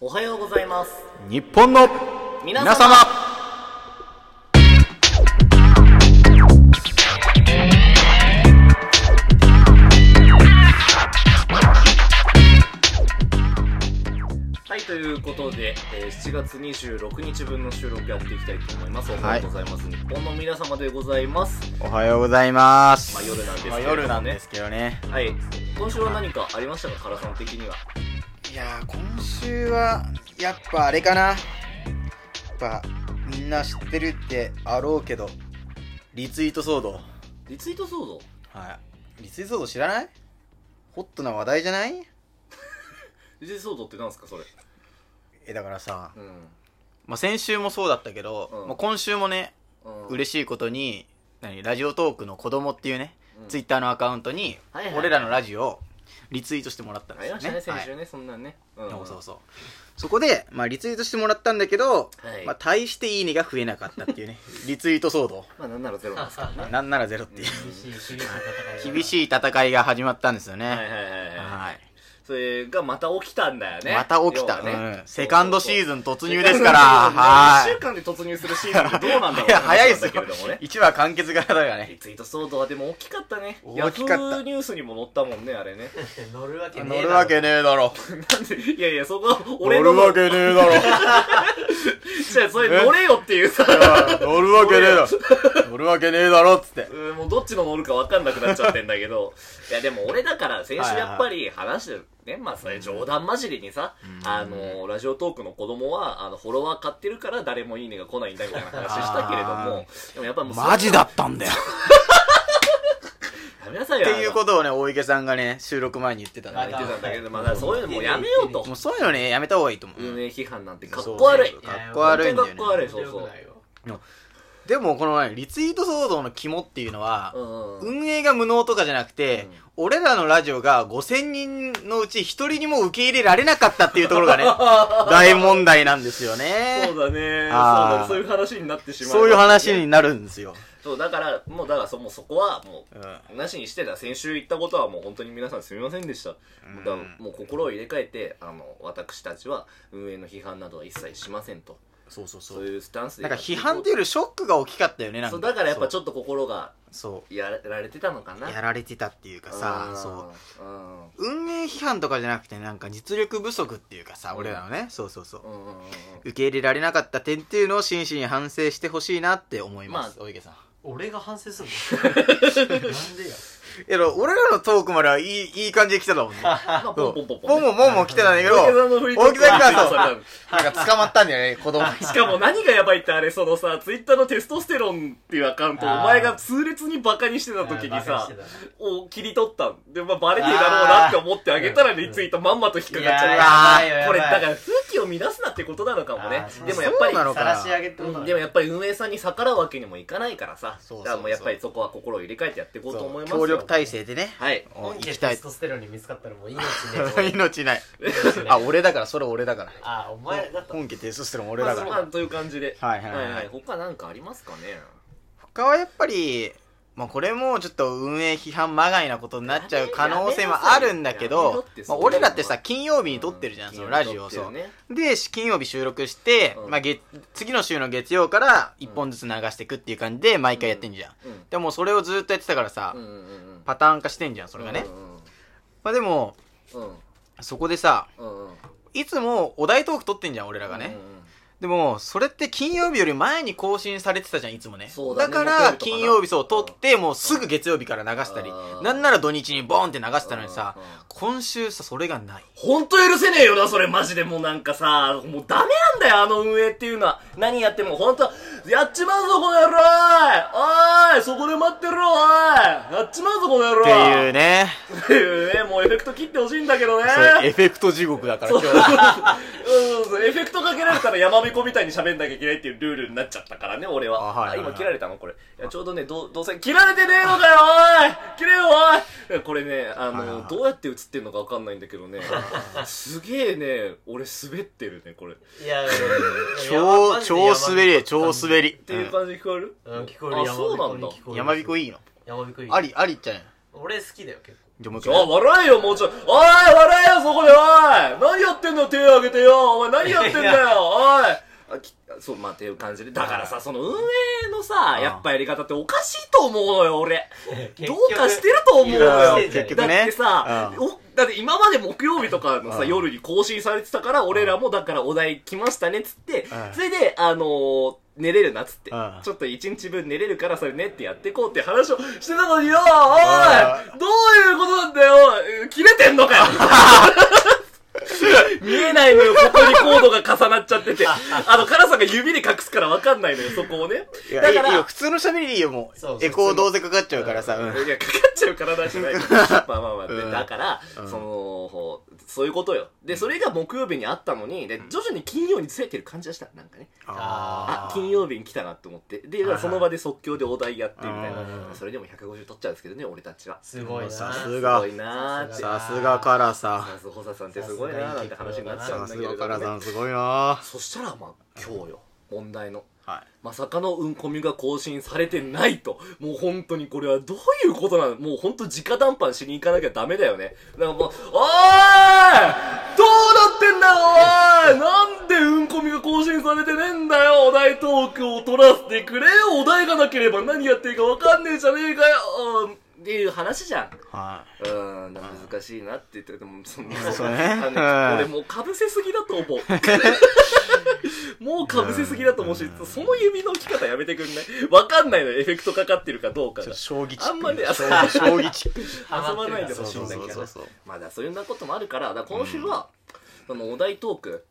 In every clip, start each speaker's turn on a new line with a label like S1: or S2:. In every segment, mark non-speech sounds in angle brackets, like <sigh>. S1: おはようございます
S2: <laughs> 日本の
S1: 皆
S2: 皆
S1: 様
S2: 様
S1: はいということで、えー7月26日分の収録やっていきたいと思いますおは
S2: は
S1: よ
S2: いう
S1: ございます、日本の皆様でございます
S2: おはようございます。
S1: まあ夜なんですけれどね
S2: まあ夜なんですけどね。
S1: はい今週は何かありましたか唐さん的にはい
S3: やー今週はやっぱあれかなやっぱみんな知ってるってあろうけどリツイート騒動
S1: リツイート騒動
S3: はいリツイート騒動知らないホットな話題じゃない
S1: リツイート騒動ってなんですかそれ
S3: えだからさ、
S1: う
S2: まあ先週もそうだったけど、
S1: うん
S2: まあ今週もね、
S1: ん
S2: 嬉しいことに、何、ラジオトークの子供っていうね、
S1: うん
S2: ツイッターのアカウントに
S1: はいはい、
S2: 俺らのラジオをリツイートしてもらったん
S1: あ
S2: で
S1: り
S2: す
S1: ま
S2: よ
S1: した
S2: ね。
S1: ね、先
S2: はい
S1: 週ね、そんなんね。うん
S2: そうそうそう。そこで、まあリツイートしてもらったんだけど、
S1: はい
S2: まあ大していいねが増えなかったっていう
S1: <laughs>
S2: ね、リツイート騒動。
S1: まあ、なんならゼロなんです
S2: <laughs>
S1: からね。
S2: なんならゼロっていう。厳
S4: い。
S2: しい戦いが始まったんですよね。
S1: はいはいはいは
S2: はいい。
S1: それがまた起きたんだよね。
S2: また起きた
S1: 要は
S2: ね。セカンドシー
S1: ン
S2: ズン突入ですから。は
S1: 1週
S2: い。
S1: 間で突入するシーズンってどうなんだろう
S2: いや早いっす
S1: だ
S2: よ
S1: けれどもね。
S2: 1話完結からだからね。
S1: リツイート騒動はでも大きかったね。
S2: 大きかった
S1: ヤフーニュースにも載ったもんね、あれね。
S4: 乗るわけ
S2: <laughs>
S4: ねえ
S2: 乗るわ
S4: ね
S2: けねえだろ。
S1: なんで、いやいや、そこは
S2: 乗
S1: 俺の。
S2: るわけねえだろ。
S1: じゃあ、それ乗れよっていうさ。
S2: <laughs> 乗るわけねえだろ。乗るわけねえだろっつって。
S1: うんもうどっちの乗るか分かんなくなっちゃってんだけどいやでも俺だから先週やっぱり話してねまあそれ冗談交じりにさ、あのラジオトークの子供はあのフォロワー買ってるから誰もいいねが来ないんだみたいな話したけれどもでもやっぱりもうそれ
S2: マジだったんだよ。
S1: やめなさい
S2: っ
S1: よ
S2: ていうことをね、大池さんがね、収録前に言ってたんだ
S1: 言って
S2: ね。
S1: たんだけどまあだからそういうのもうやめようと
S2: もうそういうのね、やめた方がいいと思う。
S1: 運営批判なんてかっこ悪い
S2: そうそうそうかっこ悪いんだよ
S1: 本当かっこ悪い
S2: ね。
S1: そうそう
S2: でもこの前、リツイート騒動の肝っていうのは
S1: う、んうん
S2: 運営が無能とかじゃなくて、
S1: うん
S2: 俺らのラジオが5000人のうち1人にも受け入れられなかったっていうところがね、大問題なんですよね。
S1: そうだね
S2: あー
S1: そうだねそういう話になってしまう
S2: そういう話になるんですよ。
S1: そうだからもうだからそもうそこはもう
S2: うん
S1: なしにしてた先週言ったことはもう本当に皆さんすみませんでした、だからもう心を入れ替えてあの私たちは運営の批判などは一切しませんと
S2: そうそうそ
S1: そう
S2: う。
S1: いうスタンスで
S2: なんか批判っていうよりショックが大きかったよね、なん
S1: そう
S2: か。
S1: だからやっぱち
S2: ょっ
S1: ょっと心が
S2: と。そ
S1: やられてたのか
S2: う。
S1: な
S2: やられてたっていうかさ、
S1: ん
S2: そう。
S1: うんうん
S2: 運営批判とかじゃなくて、なんか実力不足っていうかさ、
S1: うん
S2: 俺らのね、そうそうそう。 <laughs>
S1: うんうん
S2: 受け入れられなかった点っていうのを真摯に反省してほしいなって思います。大池さん。
S4: 俺が反省するのなんでよ。
S2: いや、俺らのトークまではいい、いい感じで来てた
S1: <laughs>
S2: もんね。
S1: まあポンポンポン
S2: も
S1: ポ
S2: う
S1: ン
S2: も
S1: ね
S2: うもうもう来てたんだけど、
S1: 大木 <laughs> さんのフリート
S2: 大
S1: ーク
S2: 木さんがそう
S1: 大木さんが
S2: なんか捕まったんだよね、子
S1: <laughs>
S2: 供
S1: しかも何がやばいってあれそのさツイッターのテストステロンっていうアカウントをお
S4: あー
S1: 前が痛烈にバカにしてた時に
S4: あ
S1: さ
S4: ーバカにして
S1: を切り取ったんで、まあ、バレねえだろうなって思ってあげたらリツイートまんまと引っかかっち
S2: いや
S1: ゃ
S2: ー
S4: やばいよ
S1: う
S4: や
S1: こ
S4: ば
S1: れ
S4: い
S1: だから風紀を乱すなってことなのかもね
S4: あー
S1: でもやっぱり
S2: そうなの
S4: さらし上げってことだ
S1: うん
S4: ね
S1: でもやっぱり運営さんに逆らうわけにもいかないからさ
S2: そうそうそう
S1: だからもうやっぱりそこは心を入れ替えてやっていこうと思いますよ
S2: 協力体制で
S1: <laughs>
S2: ね。
S1: はい
S2: お
S4: 本
S2: 行
S4: 家
S2: きた
S4: テ
S2: い
S4: ス。トステロンに見つかったらもう命ね
S2: <laughs> 命
S1: <laughs>
S2: ない。
S4: えぞ
S2: あ、俺だから、それ俺だから。
S4: あー、お前だった。
S2: 本家テストステロン俺だか
S1: まあま
S2: ら。
S1: あという感じで
S2: はいはいはい
S1: 他なんかありますかね
S2: 他はやっぱり、まあこれもちょっと運営批判まがいなことになっちゃう可能性もあるんだけ
S1: やめろ
S2: ど
S1: って、そ
S2: まあ
S1: うい
S2: 俺
S1: うのは
S2: らってさ、金曜日に撮ってるじゃん、
S1: う
S2: そのラジオを。
S1: 金
S2: そ
S1: 曜
S2: う
S1: 日。に撮ってるね
S2: で、金曜日収録して
S1: う、ん
S2: まあ月、次の週の月曜から一本ずつ流していくっていう感じで毎回やってんじゃん。
S1: うん
S2: でもそれをずっとやってたからさ
S1: う、んうんうん
S2: パターン化してんじゃん、それがね。まあでも、
S1: うんうん
S2: そこでさ、
S1: うんうんうん
S2: いつもお題トーク撮ってんじゃん、俺らがね。でも、それって金曜日より前に更新されてたじゃん、いつもね。
S1: そうだね
S2: から、
S1: 木曜日とかな
S2: 金曜日そう、撮って、もうすぐ月曜日から流したり
S1: あ、ー
S2: なんなら土日にボーンって流してたのにさ
S1: うんうん、
S2: 今週さ、それがない。
S1: ほんと許せねえよな、それマジでもうなんかさ、もうダメなんだよ、あの運営っていうのは。何やってもほんと、やっちまうぞ、この野郎おいおいそこで待ってろ、おいやっちまうぞ、この野郎
S2: ていうね。
S1: っていうね、もうエフェクト切ってほしいんだけどね。
S2: それエフェクト地獄だから
S1: <laughs>
S2: 今日は。
S1: うんそうそうエフェクトかけられたら山猫みたいに喋んなきゃいけないっていうルールになっちゃったからね、俺は。
S2: あはいはいはい
S1: あ今切られたのこれ。いや、ちょうどね、どう、どうせ、切られてねえのかよ、おい切れよ、おいこれね、あの、
S2: はいはい
S1: どうやって映ってんのかわかんないんだ
S2: <laughs>
S1: けどね、すげえね、俺滑ってるね、これ。っ
S4: いや、
S2: 超、超滑りだよ、超滑り。
S1: ていう感じ聞こえる、
S4: うん、聞こえる。
S1: あそうなんだ
S2: うん山彦
S4: いい。
S2: いいの
S4: 山彦いい。
S2: あり、ありじゃないの
S4: 俺好きだよ、結構。
S2: じゃあもう一
S1: あ、
S2: 回。
S1: 笑えよ、もうちょい。おい、笑えよ、そこで、おい何やってんの手を挙げてよお前何やってんだよおいあきそう、まあ、っていう感じで。だからさ、その運営のさ、
S2: あ
S1: やっぱやり方っておかしいと思うのよ、俺。
S4: 結
S1: ど
S4: 局
S1: うかしてると思うのよ。
S4: いや結
S2: 局ね
S1: だってさ、
S2: う
S1: おだって今まで木曜日とかのさ、
S2: うん
S1: 夜に更新されてたから、俺らもだからお題来ましたねっつって
S2: う、ん
S1: それで、あのー、寝れるなっつって
S2: うん、
S1: ちょっと一日分寝れるからそれねってやっていこうって話をしてたのによ、おいどういうことなんだよおい切れてん
S2: <laughs>
S1: のかよ見えないのよ、ここにコードが重なっちゃってて。あの、辛さんが指で隠すからわかんないのよ、そこをね。
S2: い
S1: だ
S2: や、
S1: か
S2: いい
S1: ら、
S2: よ、普通の喋りでいいよ、も
S4: そうそう
S2: う。エコーどうせかかっちゃうからさ。うん
S1: いや、かかっちゃう体じゃない
S2: <laughs>
S1: まあまあまあ、で
S2: うん
S1: だから、
S2: うん
S1: そのほうそういうことよ。で、それが木曜日にあったのに、で、徐々に金曜にずれてる感じがした。なんかね。あ
S2: あ、ー
S1: 金曜日に来たなって思って。で、その場で即興でお題やってみたい
S2: うん
S1: な。それでも150取っちゃうんですけどね、俺たちは。
S4: すごいな。
S2: さ
S1: す
S2: すが
S1: ごいなーって。
S2: さすがカラさ。
S1: まず、ホサさんってすごいなーなんて話になっちゃうん
S2: さす
S1: んだけれ
S2: がカラ
S1: ど
S2: さ
S1: も
S2: ん、
S1: ね。
S2: すごいな
S1: そしたら、まあ、今日よ。問題の。
S2: は
S1: まさかのうんこみが更新されてないと。もう本当にこれはどういうことなのもう本当直談判しに行かなきゃダメだよね。なんかもう、おーいどうなってんだよおいなんでうんこみが更新されてねえんだよお題トークを取らせてくれよお題がなければ何やっていいかわかんねえじゃねえかようんっていう話じゃん。
S2: い。は
S1: うーん、難しいなって言って、でも、その、
S2: そうね
S1: あ
S2: う
S1: の
S2: ん
S1: 俺もうかぶせすぎだと思う。もうかぶせすぎだと思うし、その指の置き方やめてくんないわかんないのよエフェクトかかってるかどうか
S2: い。ちょっ
S1: が
S2: と。将棋チック。
S1: あんまり
S2: 将棋将棋チック。
S1: 遊ばないで
S2: そ
S1: ほ
S2: う
S1: しい
S2: そ
S1: ん
S2: う
S1: だ
S2: そ
S1: け
S2: う
S1: ど
S2: そう
S1: ね。まあ、だからそういうようなこともあるから、だから今週は、そのお題トーク、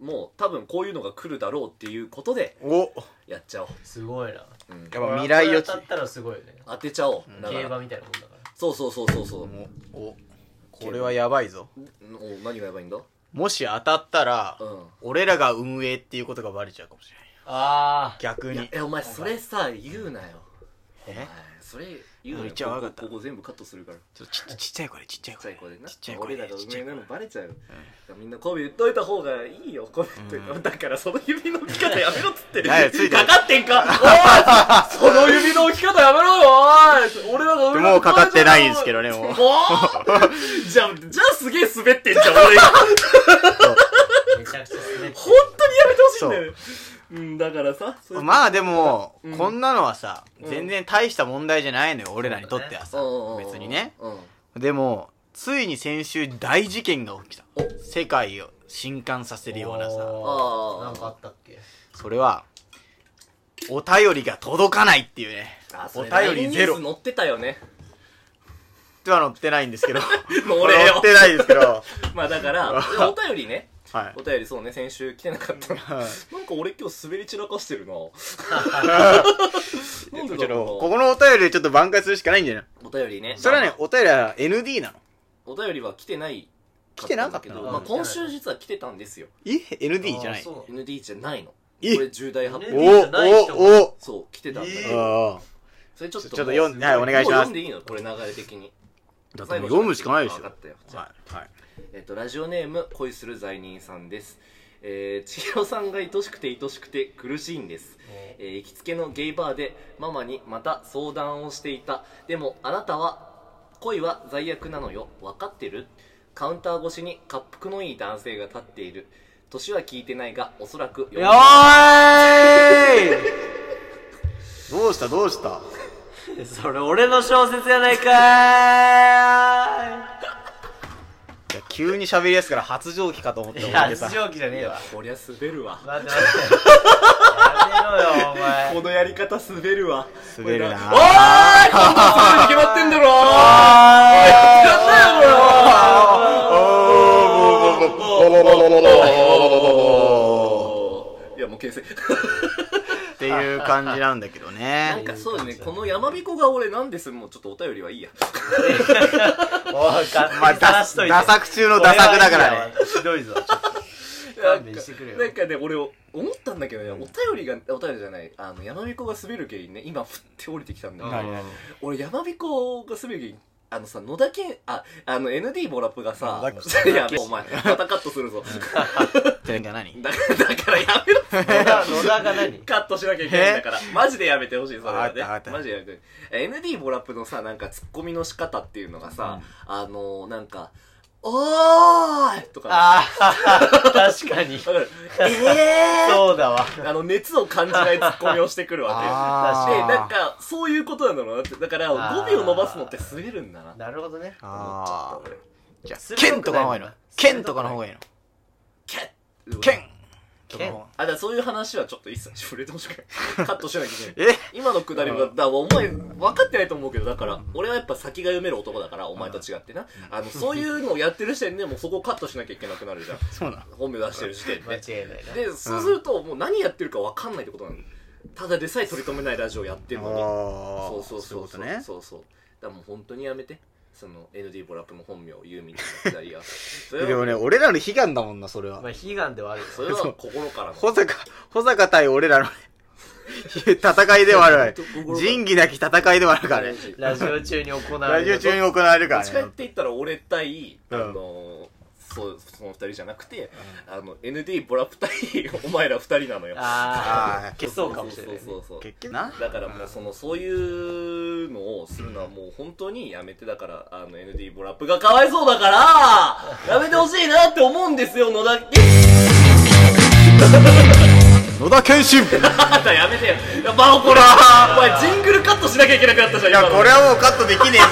S1: もう多分こういうのが来るだろうっていうことで、
S2: お
S1: やっちゃおう。
S4: すごいな。
S1: うん
S2: やっぱ未来予知
S4: 当た。ったらすごいよね。
S1: 当てちゃおう。だか
S4: 競馬
S1: ら
S4: みたいなもんだから。
S1: そうそうそうそうそう。
S2: おおこれはやばいぞ。
S1: お何がやばいんだ
S2: もし当たったら
S1: う、ん。
S2: 俺らが運営っていうことがバレちゃうかもしれない。
S4: あ
S2: 逆に。
S1: えお前それさ言うなよお前
S2: え
S1: それ言うな
S2: うん
S1: よ
S2: 一応分かった
S1: ここここ全部カットするからち
S2: ちょっとちっちっちゃい声でちっちゃい
S1: っちゃ
S2: 声
S1: い声でな
S2: ちっちゃい声
S1: 俺
S2: で
S1: らが
S2: ちっ
S1: 運
S2: ちゃい
S1: 営な
S2: 声
S1: のバレちゃうよ、みんな媚び言っといた方がいいよ媚び言っといた、だからその指の置き方やめろっつってる
S2: はいついてる
S1: かか
S2: <laughs>
S1: ってんかおいその指の置き方やめろよおい俺らが運営
S2: もうかかってないんですけ
S1: <laughs>
S2: どね
S1: も
S2: も
S1: う
S2: う
S1: じゃあじゃあすげえ滑ってんじゃん俺が
S4: あ、めちゃくちゃ滑って
S1: 本当にやめてほしいんだよねうんだからさそういう
S2: まあでも、
S1: うん
S2: こんなのはさ、
S1: うん
S2: 全然大した問題じゃないのよ、俺らにとってはさ
S1: うん。
S2: 別にね。
S1: うん
S2: でも、ついに先週大事件が起きた
S1: お。
S2: 世界を震撼させるようなさ。
S1: あー
S4: なんかあったっけ
S2: それは、お便りが届かないっていうね。
S1: あ
S2: お
S1: そ
S2: 便り
S1: れ
S2: ゼロ。
S1: LINE
S2: っ
S1: ニュース載ってたよね
S2: ては載ってないんですけど。載
S1: もう俺よ
S2: ってないですけど。
S1: まあだから、
S2: <laughs>
S1: お便りね。
S2: はい
S1: お。便りそうね、先週来てなかっ
S2: <laughs>
S1: たな。
S2: はい
S1: なんか俺今日滑り散らかしてるな。 <laughs>
S2: ちょっと
S1: なんでだろ
S2: こ
S1: うな
S2: このお便りでちょっと挽回するしかないんじゃない
S1: お便りね。
S2: それはね、お便りは ND なの。
S1: お便りは来てない。
S2: 来てなかった
S1: け
S2: の
S1: ど、まあ今週実は来てたんですよ。
S2: え ?ND じゃない
S4: あそう
S1: ND じゃないの。こ
S2: え
S1: れ重大発
S2: お
S1: 表。
S4: ND じゃない人
S2: おお
S1: そう、来てたんだ
S4: え
S1: け
S4: ー
S1: ど。
S2: ああ。
S1: それちょっともう。
S2: ちょっと読んではいお願いします
S1: もう読んでいいのこれ流れ的に。
S2: だってもう読むしかないでしょ。
S1: 分かったよ。じゃあ
S2: はい。はい。
S1: えっと、ラジオネーム恋する罪人さんですえー、千尋さんが愛しくて愛しくて苦しいんです、えー行きつけのゲイバーでママにまた相談をしていたでもあなたは恋は罪悪なのよ分かってるカウンター越しに恰幅のいい男性が立っている年は聞いてないがおそらく
S2: おーいどうしたどうした
S4: それ俺の小説やないか
S2: いや急に喋りやすから発情期かと思って
S4: い
S2: 思
S4: や
S2: って
S4: 発
S2: た。
S4: 情期じゃねえわ
S1: こりゃ滑るわ
S4: 待って待ってやめろよお前
S1: このやり方滑るわ
S2: 滑るな
S1: これおーいこんな滑るに決まってんだろやったよこれ
S2: おー
S1: いやもう形成
S2: っていう感じなんだけど
S1: な
S2: ね
S1: ん。かそうだね、この山彦が俺なんですもうちょっとお便りはいいや。
S4: もう勝
S2: ま
S4: 手
S2: あ、ダ
S4: に晒しといて
S2: ダ作中のダ作だからね。
S4: これはいいやひどいぞちょっと
S1: なん
S4: 勘弁してくれよ
S1: かね、俺思ったんだけどね、お便りが、お便りじゃない、あの、山彦が滑る原因ね、今、ふって降りてきたんだけど、
S2: 何
S1: 俺山彦が滑る原因、あのさ、野田健、あ、あの、ND ボラップがさ
S2: 野田、
S1: いや、もうお前、またカットするぞ。
S2: てか何
S1: だから、だからやめろ。
S4: 野田野田が何
S1: カットしなきゃいけないんだから、マジでやめてほしい、それは
S2: わかった
S1: ね
S2: わかっ。た
S1: マジでやめて。ND ボラップのさ、なんか、ツッコミの仕方っていうのがさ、あの、なんか、おーいとか、
S4: ああ確かに
S1: わかるえー
S4: そうだわ
S1: あの、熱を感じないツッコミをしてくるわ
S2: あ
S1: け。
S2: ー
S1: で、なんか、そういうことなんだろうなって。だから、
S4: あー
S1: 5秒伸ばすのって滑るんだな。
S4: なるほどね
S2: ああ。じゃあ、
S4: 鋭くな
S2: 剣とか
S4: い
S2: の方がいいの剣とかの方がいいの
S1: キャッ
S2: 剣とかの方
S4: 剣
S2: が
S1: あ、だからそういう話はちょっと一切触れてほしくない。カットしなきゃいけない。
S2: え
S1: 今のくだりは、だからお前、分かってないと思うけど、だから、俺はやっぱ先が読める男だから、お前と違ってな。あの、そういうのをやってる時点でもうそこをカットしなきゃいけなくなるじゃん。
S2: そうなの
S1: <laughs> 本名出してる時点
S4: 間
S1: で。
S4: 違いないな
S1: <laughs> で、そうすると、もう何やってるか分かんないってことなの。ただでさえ取り留めないラジオやってるのに。
S2: あ
S1: そうそう
S2: そう
S1: そ
S2: いう
S1: う
S2: こ
S1: そ
S2: と
S1: う、
S2: ね。
S1: そうそうだからもう本当にやめてその ND ボラップの本名ユーミンのくだ
S2: <laughs>
S1: りがそれ
S2: でも
S1: は
S2: ね、俺らの悲願だもんな、それは
S4: まあ。悲願ではあるよ
S1: それは心からの
S2: 保坂、保坂対俺らのね戦いではある
S1: 本当 <laughs> 心。から
S2: 仁義なき戦いではあるからね。
S4: ラジオ中に行わ
S2: ラ
S4: れ
S2: ジ
S4: る
S2: オ中に行われる
S1: ど
S2: か
S1: っちからっ
S2: ね
S1: て。言ったら俺対、
S2: うん
S1: あのそうその二人じゃなくて、あの ND ボラップ対 <laughs> お前ら二人なのよ
S4: あ
S2: あ
S4: あ
S2: ー
S4: 消そうかもしれないね
S1: そうそうそう
S2: 結局な。
S1: だからもうそのそういうのをするのはもう本当にやめてだからあの ND ボラップがかわいそうだからやめてほしいなって思うんですよ野田健
S2: 野田謙信いや、
S1: あんたやめてよ。いや、バオこれ、お前ジングルカットしなきゃいけなくなったじゃん、今の
S2: これはもうカットできねえぞ。